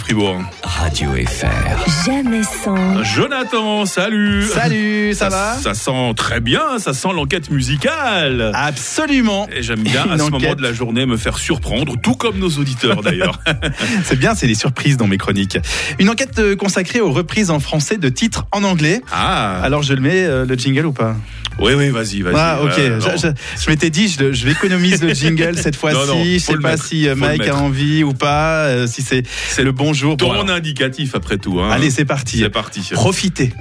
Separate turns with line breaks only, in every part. Fribourg.
Radio FR.
Jamais sans,
Jonathan, salut
Salut, ça, va
Ça sent très bien, ça sent l'enquête musicale
Absolument.
Et j'aime bien,
Ah. Une
à ce
enquête.
moment de la journée, me faire surprendre, tout comme nos auditeurs d'ailleurs.
C'est bien, c'est les surprises dans mes chroniques. Une enquête euh, consacrée aux reprises en français de titres en anglais.
Ah
Alors je le mets euh, le jingle ou pas
Oui, oui, vas-y, vas-y.
Ah ok,
Euh, non.
je, je- je m'étais dit je, je vais économiser le jingle cette
Non, non, faut
fois-ci. Je sais
le
pas
mettre,
si euh,
faut le
Mike
mettre.
a envie ou pas, euh, si c'est
C'est
le bon jour.
Ton
Bon, alors,
indicatif après tout. hein.
Allez, c'est parti.
c'est parti.
Profitez.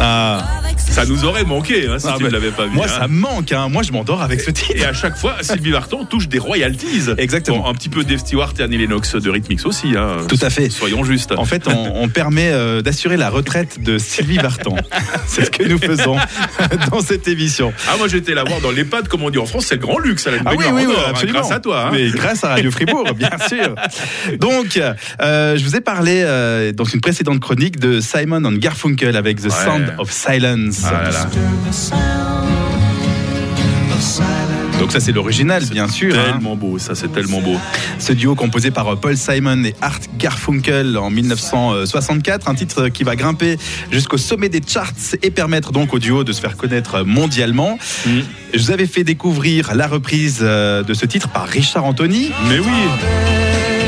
Ah.
Ça nous aurait manqué hein, si
Ah,
tu ne
bah,
l'avais pas vu.
Moi
hein.
ça me manque, hein. moi je m'endors avec ce titre.
Et à chaque fois, Sylvie Vartan touche des royalties.
Exactement.
Bon, un petit peu Dave Stewart et Annie Lennox de Rhythmix aussi. hein.
Tout à fait.
Soyons justes.
En fait, on, on permet euh, d'assurer la retraite de Sylvie Vartan. C'est ce que nous faisons dans cette émission.
Ah, moi j'étais la voir dans l'EHPAD, comme on dit en France, c'est le grand luxe. Elle a une
Ah oui,
baignoire
oui,
en
oui,
or, hein,
absolument.
grâce à toi. hein.
Mais grâce à Radio Fribourg, bien sûr. Donc, euh, je vous ai parlé euh, dans une précédente chronique de Simon and Garfunkel avec The Sound of Silence.
Ah là là.
Donc ça c'est l'original bien sûr. hein.
Tellement beau, ça c'est tellement beau.
Ce duo composé par euh, Paul Simon et Art Garfunkel en 1964, un titre qui va grimper jusqu'au sommet des charts et permettre donc au duo de se faire connaître euh, mondialement.
Mm.
Je vous avais fait découvrir la reprise euh, de ce titre par Richard Anthony.
Mais oui,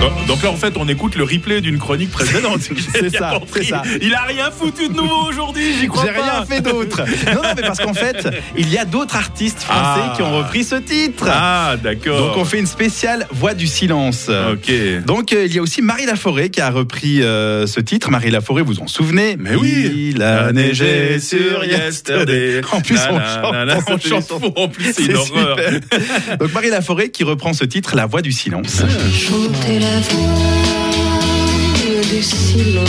donc, donc là en fait on écoute le replay d'une chronique précédente.
C'est
J'ai
ça,
bien compris.
c'est ça.
Il a rien foutu de nouveau aujourd'hui, j'y crois
J'ai
pas.
rien fait d'autre. Non, non, mais parce qu'en fait, il y a d'autres artistes français
Ah.
qui ont repris ce titre.
Ah d'accord. Ah,
Donc on fait une spéciale Voix du silence.
Ok.
Donc euh, il y a aussi Marie Laforêt qui a repris euh, ce titre. Marie Laforêt, vous en souvenez
Mais oui.
Il a neigé sur yesterday. En plus, on
Na, na,
chante,
na, na,
on
on chante
chante.
faux, en plus c'est une
C'est
horreur.
super. Donc Marie Laforêt qui reprend ce titre, La Voix du silence.
Chanter la voix du silence.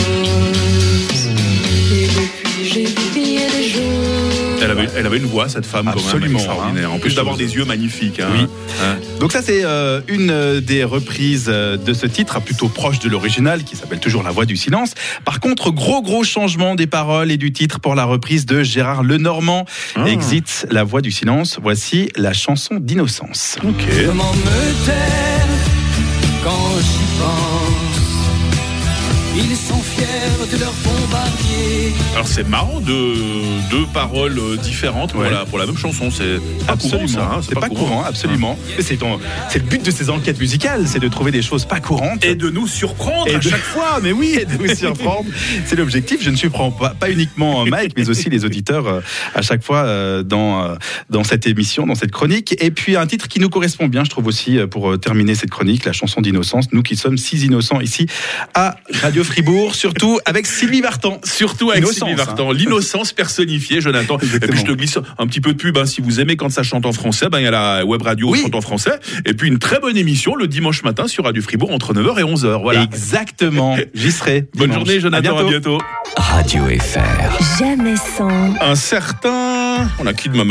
Et depuis, j'ai oublié des jours.
Elle avait, elle avait une voix cette femme quand même
Absolument,
extraordinaire.
hein.
En plus d'avoir des yeux magnifiques. hein.
Oui.
Hein.
Donc ça c'est euh, une euh, des reprises euh, de ce titre, plutôt proche de l'original, qui s'appelle toujours La Voix du Silence. Par contre, gros gros changement des paroles et du titre pour la reprise de Gérard Lenormand.
Ah.
Exit La Voix du Silence, voici la chanson d'innocence.
Ok.
Comment me taire quand j'y pense Ils sont fiers de leur bombardier.
Alors c'est marrant deux deux paroles euh, différentes pour,
Ouais.
la, pour la même chanson. C'est c'est pas courant ça. hein,
c'est pas, courant, absolument. Mais c'est ton- c'est le but de ces enquêtes musicales, c'est de trouver des choses pas courantes.
Et de nous surprendre
Et
à
de-
chaque fois, mais oui.
et de vous surprendre. C'est l'objectif. Je ne surprends pas, pas uniquement euh, Mike, mais aussi les auditeurs euh, à chaque fois euh, dans, euh, dans cette émission, dans cette chronique. Et puis un titre qui nous correspond bien, je trouve aussi, euh, pour euh, terminer cette chronique, la chanson d'innocence. Nous qui sommes six innocents ici à Radio Fribourg, surtout avec Sylvie Vartan.
Surtout avec
Innocence,
Sylvie Vartan, l'innocence personnifiée, Jonathan. Et puis je te glisse un petit peu de pub. hein, si vous aimez quand ça chante en français, ben il y a la web radio
Oui.
chante en français. Et puis une très bonne émission le dimanche matin sur Radio Fribourg entre 9h et 11h. Voilà.
Exactement. J'y serai.
Bonne
dimanche.
journée, Jonathan.
À bientôt.
À bientôt.
Radio FR.
jamais sans.
Un certain. On a qui demain matin